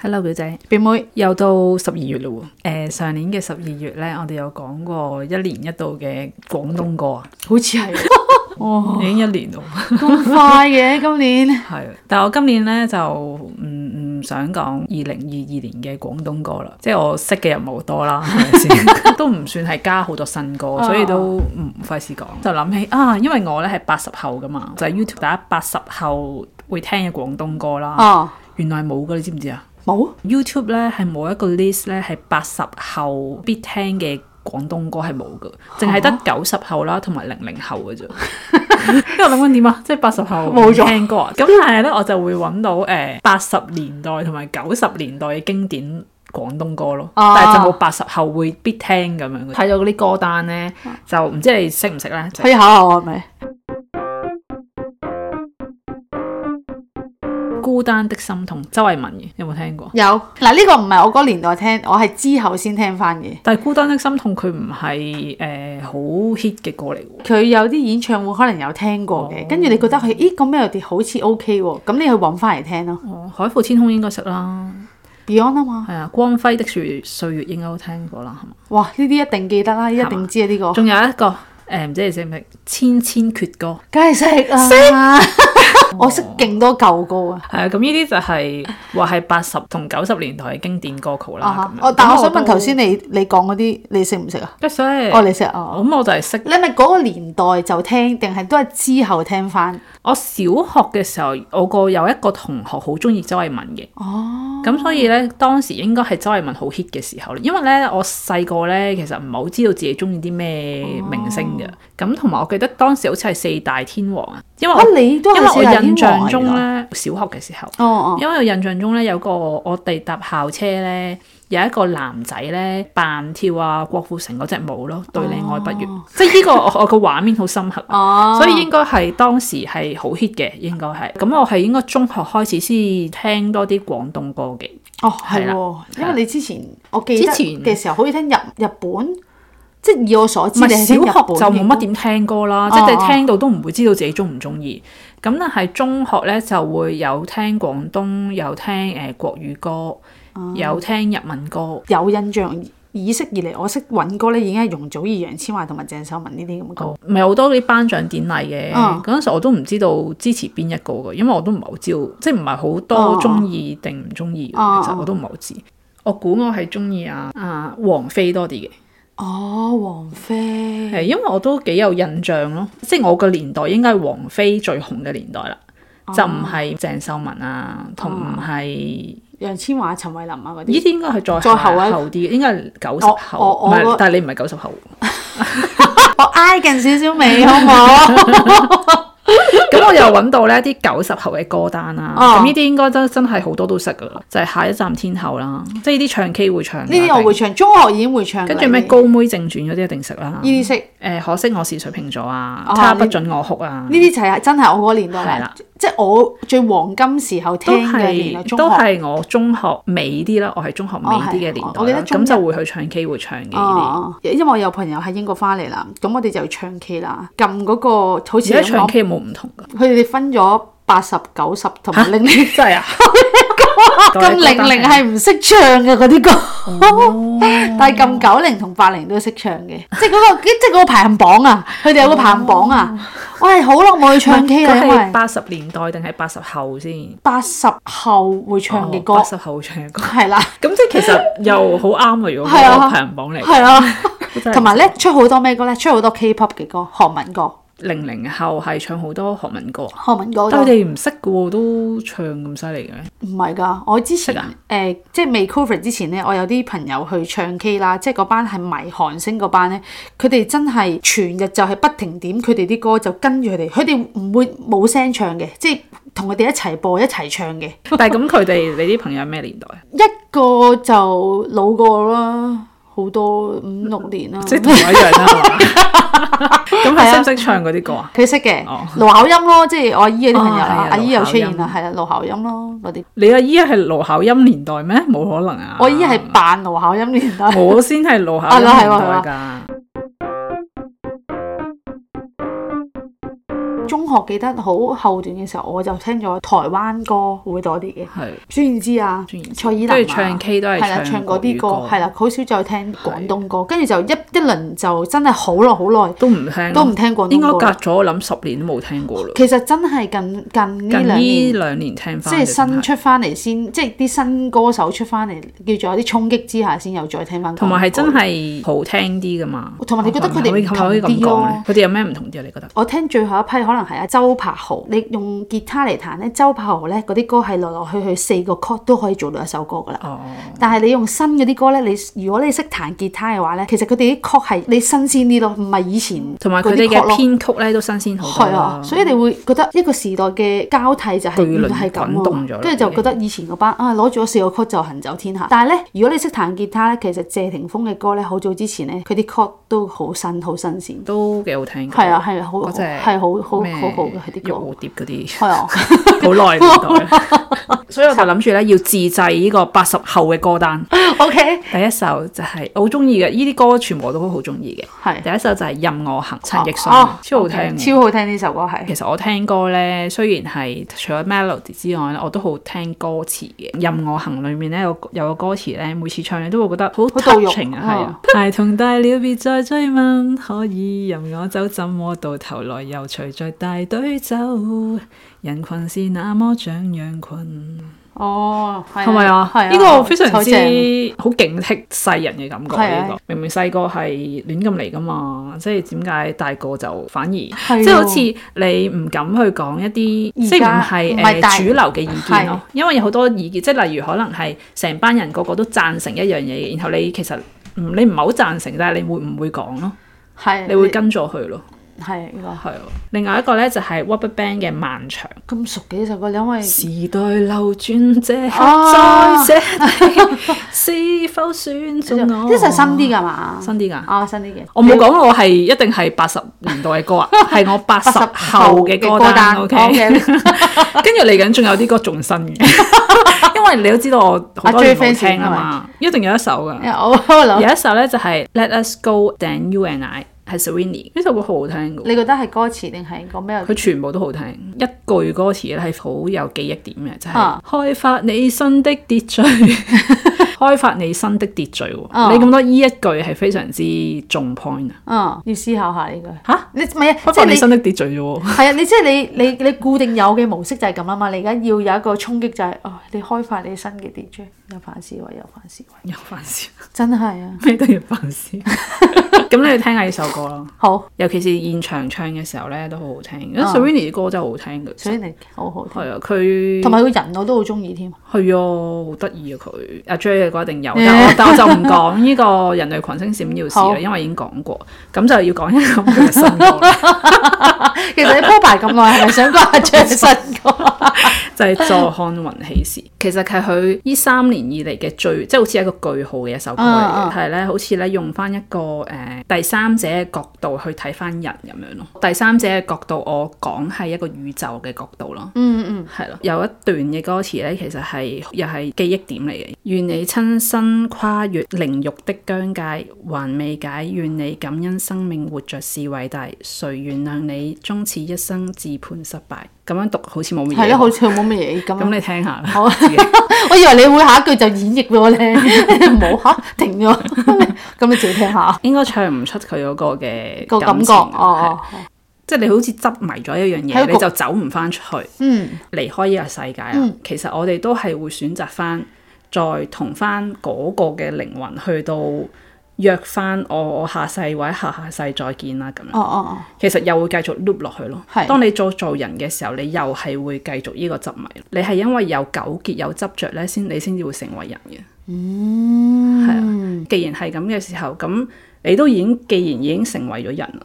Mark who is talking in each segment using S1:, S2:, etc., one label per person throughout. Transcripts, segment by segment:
S1: Hello 表姐，
S2: 表妹，
S1: 又到十二月嘞喎。誒、
S2: 嗯
S1: 上年嘅十二月咧，我哋有講過一年一度嘅廣東歌啊，
S2: 好 似係哦，
S1: 已經一年咯，
S2: 咁快嘅今年，
S1: 係。啊但係我今年咧就唔唔想講二零二二年嘅廣東歌啦，即係我識嘅人冇多 啦，係咪先？都唔算係加好多新歌，所以都唔費事講。就諗起啊，因為我咧係八十後噶嘛，就係 YouTube 打八十後會聽嘅廣東歌啦。
S2: 哦，
S1: 原來冇噶，你知唔知啊？
S2: 冇
S1: YouTube 咧係冇一個 list 咧係八十後必聽嘅廣東歌係冇噶，淨係得九十後啦同埋零零後 嘅啫。因為我諗緊點啊，即係八十後
S2: 冇咗
S1: 唔聽歌啊。咁但係咧，我就會揾到誒八十年代同埋九十年代嘅經典。廣東歌咯，
S2: 啊
S1: 但係就冇八十後會必聽咁樣嘅。睇咗嗰啲歌單咧，就唔知你識唔識咧？就
S2: 可以考下我係咪？
S1: 孤單的心痛，周慧敏嘅有冇聽過？
S2: 有嗱，呢個唔係我嗰年代聽，我係之後先聽翻嘅。
S1: 但係孤單的心痛佢唔係誒好 hit 嘅歌嚟喎。
S2: 佢有啲演唱會可能有聽過嘅，跟住你覺得佢，咦個 melody 好似 OK 喎，咁你去揾翻嚟聽咯。
S1: 哦，海闊天空應該識啦，
S2: Ờ. Beyond à. 啊嘛，
S1: 係啊，光輝的歲歲月應該都聽過啦，係嘛？
S2: 哇呢啲一定記得啦，一定知啊呢個，
S1: 仲有一個誒，唔知你識唔識《千千闕歌
S2: 梗係識 啦，我識勁多舊歌啊》。。
S1: 係啊，咁呢啲就係話係八十同九十年代嘅經典歌曲啦
S2: 啊。
S1: 咁樣
S2: 我但我想
S1: 咁
S2: 問
S1: 都
S2: 頭先你你講嗰啲，你識唔識啊？
S1: 即係所以
S2: 哦，你識啊？哦
S1: 咁我就係識
S2: 你係咪嗰個年代就聽，定係都係之後聽翻？
S1: 我小學嘅時候，我個有一個同學好中意周慧敏嘅，
S2: 哦，
S1: 咁所以咧當時應該係周慧敏好 hit 嘅時候，因為咧我細個咧其實唔係好知道自己中意啲咩
S2: 哦
S1: 明星嘅，咁同埋我記得當時好似係四大天王啊，因為我
S2: 啊，你都
S1: 因為
S2: 係
S1: 我
S2: 四大天
S1: 印象
S2: 王
S1: 中
S2: 嚟㗎，
S1: 咧，小學嘅時候，
S2: 哦哦，
S1: 因為我印象中咧有個我哋搭校車咧，有一個男仔咧扮跳啊郭富城嗰隻舞咯，對你愛不完，即係呢個我我個畫面好深刻。啊
S2: 哦，
S1: 所以應該係當時係好 hit 嘅，應該係。咁我係應該中學開始先聽多啲廣東歌嘅。
S2: 哦係
S1: 係啦
S2: 喎，因為你之前我記得
S1: 之前
S2: 嘅時候，好似聽日日本，即係以我所知，
S1: 唔係
S2: 你係
S1: 小
S2: 聽日
S1: 學
S2: 本
S1: 就冇乜
S2: 嘅
S1: 點聽歌啦，
S2: 哦
S1: 即係你聽到都唔會知道自己中唔中意。咁但係中學咧就會有聽廣東，有聽誒、呃、國語歌，
S2: 哦
S1: 有聽日文歌。
S2: 有印象。意識以嚟，我識揾歌咧，已經係容祖兒、楊千嬅同埋鄭秀文呢啲咁嘅歌。
S1: 唔係好多啲頒獎典禮嘅，
S2: 嗯
S1: 嗰陣、時我都唔知道支持邊一個嘅，因為我都唔係好知道，即係唔係好
S2: 哦
S1: 多中意定唔中意嘅，
S2: 哦
S1: 其實我都唔係好知。我估我係中意啊啊王菲多啲嘅，
S2: 哦，王菲，
S1: 係因為我都幾有印象咯，即係我個年代應該係王菲最紅嘅年代啦，
S2: 哦
S1: 就唔係鄭秀文啊，同唔係呢
S2: 楊千嬅、陳慧琳啊嗰啲。
S1: 啲應該係再
S2: 哦再後啊
S1: 後啲嘅，應該係九十
S2: 我
S1: 後，
S2: 我
S1: 唔
S2: 我
S1: 係
S2: 個，
S1: 但係你唔係九十後。
S2: 我挨近少少 尾，好唔好？
S1: 咁我又揾到呢啲九十後嘅歌單啦，
S2: 哦
S1: 咁呢啲應該真真係好多都識噶啦，就係、下一站天后啦，即係呢啲唱 K 會唱。呢
S2: 呢啲我會，唱，中學已經會唱㗎啦。
S1: 跟住咩高妹正傳嗰啲一定識啦。
S2: 呢啲識。
S1: 誒、可惜我是水瓶座啊，
S2: 哦
S1: 他不准我哭啊，
S2: 呢啲就係真係我嗰個年代
S1: 係啦
S2: 啦，即係我最黃金時候
S1: 都
S2: 聽嘅年代，
S1: 係
S2: 中
S1: 都
S2: 學
S1: 係我中學尾啲啦，我係中學尾啲嘅年
S2: 哦係我
S1: 代
S2: 記得
S1: 啦，
S2: 中
S1: 咁、
S2: 一
S1: 就會去唱 K 會唱嘅呢啲。
S2: 哦，因為我有朋友喺英國翻嚟啦，咁我哋就要唱 K 啦，撳嗰個好似
S1: 而家
S2: 咁
S1: 唱
S2: 講，
S1: K 有冇唔同㗎？
S2: 佢哋分咗八十、九十同埋 零零，
S1: 真係啊！
S2: 咁零零係唔識唱嘅嗰啲歌，
S1: 哦
S2: 但係撳九零同八零都識唱嘅，即係嗰個即係嗰個排行榜啊，佢哋有個排行榜啊，我係好耐冇去 唱 K 啦，
S1: 佢
S2: 因
S1: 哦係
S2: 為
S1: 八十年代定係八十後先哦
S2: 八十後會唱嘅歌
S1: 八，十後唱嘅歌。
S2: 係啦，
S1: 咁即係其實又好啱喎，如果
S2: 嗯係
S1: 嗰
S2: 啊
S1: 個排行榜嚟，
S2: 係啊。
S1: 真係
S2: 同埋咧出好多咩歌咧？出好多 K-pop 嘅歌，韓文歌、
S1: 零零後係唱好多韓文歌，
S2: 韓文歌
S1: 但佢
S2: 都
S1: 哋唔識嘅喎，都唱咁犀 利嘅咩？
S2: 唔係㗎。我之前
S1: 識
S2: 誒、
S1: 啊
S2: 呃即係未 cover 之前咧，我有啲朋友去唱 K 啦，即係嗰班係迷韓星嗰班咧，佢哋真係全日就係不停點佢哋啲歌，就跟住佢哋，佢哋唔會冇聲唱嘅，即係同佢哋一齊播一齊唱嘅。
S1: 但係咁佢哋你啲朋友係咩年代？啊
S2: 一個就老過我啦，好多五六年啦。
S1: 即係同我一樣啦，係 嘛咁佢識唔識唱嗰啲歌啊？
S2: 佢識嘅，
S1: 哦
S2: 盧口音咯，即係我阿姨嗰啲朋友
S1: 哦係
S2: 啦
S1: 啊，
S2: 阿姨又
S1: 盧
S2: 出
S1: 巧音啊
S2: 現啦，係啊，盧口音咯嗰啲。
S1: 你阿姨係盧口音年代咩？冇可能啊！
S2: 我依係扮盧巧音年代，
S1: 我先係盧口音
S2: 啊係
S1: 年
S2: 喎係
S1: 代
S2: 喎
S1: 㗎。
S2: 中學學記得好後段嘅時候，我就聽咗台灣歌會多啲嘅，
S1: 係
S2: 孫燕姿啊
S1: 孫燕、姿
S2: 蔡依林
S1: 跟
S2: 啊
S1: 住唱 K 都係
S2: 係啦，唱嗰啲歌
S1: 國語歌
S2: 係啦，好少再聽廣東歌，跟住就一一輪就真係好耐好耐
S1: 都唔聽，
S2: 都唔聽廣
S1: 應該
S2: 東
S1: 隔
S2: 歌。
S1: 咗我諗十年都冇聽過啦。
S2: 其實真係近近呢
S1: 近
S2: 兩
S1: 呢
S2: 年。
S1: 兩年聽翻，
S2: 即係新，出翻嚟先，即係啲新歌手出翻嚟，叫做有啲衝擊之下，先有再聽翻。
S1: 同埋係真係好聽啲噶嘛。
S2: 同埋你覺得佢哋
S1: 可以
S2: 唔同
S1: 可以咁
S2: 啲
S1: 講
S2: 咯
S1: 咧？佢哋有咩唔同啲啊？你覺得？
S2: 我聽最後一批可能係阿周柏豪，你用吉他嚟彈咧，周柏豪咧嗰啲歌係來來去去四個 chord 都可以做到一首歌噶啦。
S1: 哦，
S2: 但係你用新嗰啲歌咧，你如果你識彈吉他嘅話咧，其實佢哋啲 chord 係你新鮮啲咯，唔係以前
S1: 同埋佢
S2: 嗰
S1: 哋
S2: 啲
S1: 嘅
S2: chord 咯。
S1: 編曲咧都新鮮好
S2: 係
S1: 多啦
S2: 啊，。所以你會覺得一個時代嘅交替就係
S1: 巨輪
S2: 唔係
S1: 滾動咗
S2: 咁
S1: 啦
S2: 啊，跟住就覺得以前嗰班啊攞咗四個 chord 就行走天下。但係咧，如果你識彈吉他咧，其實謝霆鋒嘅歌咧，好早之前咧，佢啲 chord 都好新好新鮮。
S1: 都幾好聽㗎。
S2: 係啊，係啊，好
S1: 嗰隻
S2: 係好好好好
S1: 咩
S2: 嘅佢
S1: 玉
S2: 啲歌。
S1: 蝴蝶嗰啲。
S2: 係啊，
S1: 好耐年 代，所以我就諗住咧要自製呢個八十後嘅歌單。
S2: OK，
S1: 第一首就係我好中意嘅，呢啲歌全部我都好中意嘅。
S2: 係
S1: 第一首就係任我行，陳奕迅，
S2: 哦
S1: 超好聽
S2: OK，
S1: 嘅。
S2: 超好聽呢首歌係。
S1: 其實我聽歌咧，雖然係除咗 melody 之外咧，我都好聽歌詞嘅。任我行裏面咧有有個歌詞咧，每次唱你都會覺得好
S2: 到肉
S1: touching 啊，係 啊。孩童大了別再追問，可以任我走，怎麼到頭來又隨着大隊走？人群是那麼像羊群，
S2: 哦，係
S1: 係咪啊？
S2: 係
S1: 呢個非常
S2: 好
S1: 之
S2: 正
S1: 好啊警惕世人嘅感覺。
S2: 係啊
S1: 呢個明明細個係亂咁嚟噶嘛，即係點解大個就反而？
S2: 係啊
S1: 即係好
S2: 喎
S1: 似你唔敢去講一啲，
S2: 而
S1: 即係唔
S2: 家唔係
S1: 係
S2: 大
S1: 誒主流嘅意見咯。因為有好多意見，即係例如可能係成班人個個都贊成一樣嘢，然後你其實唔你唔係好贊成，但係你會唔會講咯？
S2: 係
S1: 你會跟咗佢咯，
S2: 係呢
S1: 係啊。另外一個咧就係 Rubberband 嘅漫長。
S2: 個咁熟嘅呢首歌，你因為
S1: 時代流轉這
S2: 啊
S1: 刻，在這地，是否選中我？
S2: 呢首新啲㗎嘛？
S1: 新啲㗎。
S2: 啊，新啲嘅。
S1: 我冇講我係一定係八十年代嘅歌啊， 係我八
S2: 八
S1: 十
S2: 十
S1: 後嘅歌單。O K。
S2: OK
S1: 跟住嚟緊仲有啲歌仲新嘅， 因為你都知道我好多年冇聽啊嘛，一定有一首噶
S2: 因。為 我我諗
S1: 有一首咧就係、Let Us Go Then You and I 係 Serrini 呢首歌好好聽嘅，
S2: 你覺得係歌詞定係個咩？
S1: 佢全部都好聽，一句歌詞咧係好有記憶點嘅，就係、
S2: 啊
S1: 開發你新的秩 序，開發你新的秩序喎。
S2: 啊
S1: 你咁多呢一句係非常之重 point 啊！
S2: 嗯，要思考下呢句。
S1: 嚇，
S2: 你唔係啊，
S1: 開
S2: 即
S1: 發
S2: 係
S1: 你
S2: 你
S1: 新的秩序啫喎。
S2: 係啊，你即係你你你固定有嘅模式就係咁啊嘛。你而家要有一個衝擊就係哦，你開發你新嘅 DJ，有反思維，有反思維，
S1: 有反思，
S2: 真係啊。
S1: 咩都要反思。 咁你去聽下呢首歌咯。
S2: 好，
S1: 尤其是現場唱嘅時候咧，都好好聽。因為
S2: 啊
S1: Serrini 啲歌真係好好聽嘅，
S2: 所以你好好聽，
S1: 係啊，佢
S2: 同埋個人我都好中意添。
S1: 係啊，好得意啊佢。阿 J 嘅歌一定有， 但我但我就唔講呢個人類群星閃耀時
S2: 好
S1: 啦，因為已經講過。咁就要講一個佢嘅新歌啦，
S2: 其實你鋪排咁耐，係咪啊想講阿 張新歌？
S1: 就係《坐看雲起時》。其實係佢呢三年以嚟嘅最，即係好似一個句號嘅一首歌嚟嘅，
S2: 啊啊
S1: 係咧、好似咧用翻一個誒、呃第三者嘅角度去睇翻人咁樣咯。第三者嘅角度，我講係一個宇宙嘅角度咯。
S2: 嗯嗯，
S1: 係咯，有一段嘅歌詞咧，其實係又係記憶點嚟嘅。願你親身跨越靈肉的疆界，還未解；願你感恩生命活着是偉大，誰原諒你終此一生自判失敗？咁樣讀好似冇乜嘢，
S2: 係咯，好似冇乜嘢咁
S1: 咁
S2: 樣。
S1: 你聽下啦。
S2: 哦好
S1: 自己
S2: 我以為你會下一句就演繹俾我聽， 冇嚇停咗， 咁你自己聽下
S1: 應該唱唔出佢嗰個嘅
S2: 個感覺。
S1: 情啊
S2: 哦，哦，
S1: 係即係你好似執迷咗一樣
S2: 喺
S1: 嘢，
S2: 個
S1: 你就走唔翻出去。
S2: 嗯。
S1: 離開呢個世界啦，啊其實我哋都係會選擇翻，再同翻嗰個嘅靈魂去到約翻我我下世或者下下世再見啦咁樣。
S2: 哦哦
S1: 其實又會繼續 loop 落去咯。
S2: 係
S1: 當你做做人嘅時候，你又係會繼續呢個執迷。你係因為有糾結有執着咧，先你先至會成為人嘅。嗯，係啊。既然係咁嘅時候，咁你都已經既然已經成為咗人啦。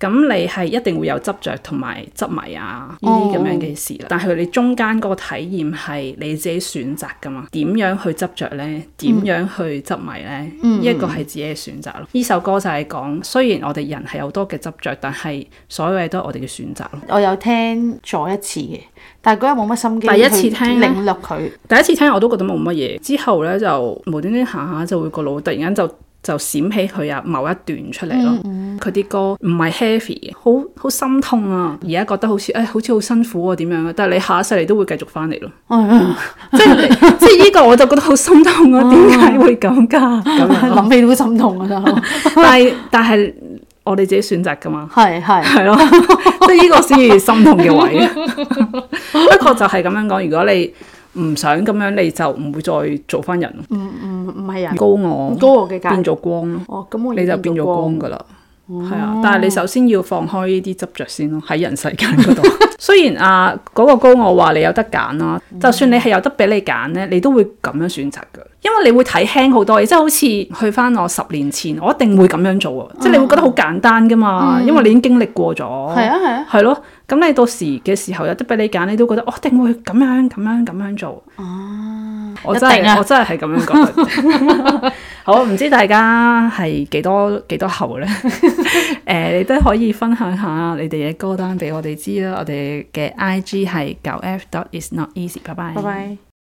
S1: 咁你係一定會有執着同埋執迷啊呢啲咁樣嘅事啦，但係你中間嗰個體驗係你自己選擇噶嘛？點樣去執着呢？點樣去執迷呢？呢一、個係自己嘅選擇咯。呢首歌就係講，雖然我哋人係有好多嘅執着，但係所有嘢都係我哋嘅選擇咯。
S2: 哦，我有聽咗一次嘅，但係嗰日冇乜心機
S1: 第一次聽啊咧
S2: 領略佢，
S1: 第一次聽我都覺得冇乜嘢，之後呢就無端端下下就會個腦突然間就就閃起佢啊某一段出嚟咯。佢啲、歌唔係 heavy 嘅，好好心痛啊！而家覺得好似誒、哎好似好辛苦啊點樣啊，但係你下一世你都會繼續翻嚟咯。即係你即係呢個我就覺得好心痛啊！點解會咁㗎？咁樣 咯
S2: 諗起都心痛啊！真係
S1: 但係但係我哋自己選擇㗎嘛。
S2: 係係
S1: 係咯，即係呢個先至心痛嘅位。不過就係咁樣講，如果你唔想咁樣，你就唔會再做翻人咯。
S2: 唔唔係人
S1: 高我
S2: 高我嘅界
S1: 嗯變。咗光咯，
S2: 哦，咁我
S1: 你就變咗光
S2: 㗎。
S1: 噶啦。係啊，
S2: 哦
S1: 但係你首先要放開呢啲執着先咯，喺人世間 嗰度。雖然啊，嗰、個高我話你有得揀啦，
S2: 嗯
S1: 就算你係有得俾你揀咧，你都會咁樣選擇㗎，因為你會睇輕好多嘢，即係好似去翻我十年前，我一定會咁樣做啊，
S2: 嗯
S1: 即係你會覺得好簡單噶嘛，因為你已經經歷過咗。
S2: 係啊係啊，
S1: 係咯，咁你到時嘅時候有得俾你揀，你都覺得我一定會咁樣咁樣咁樣做。哦，我真
S2: 一
S1: 係、
S2: 定啊
S1: 我真係係咁樣覺得。 好，唔知大家係幾多幾多後咧？ 誒、你都可以分享下你哋嘅歌單俾我哋知啦。我哋嘅 I G 係 9f dot is not easy。拜拜
S2: 拜拜。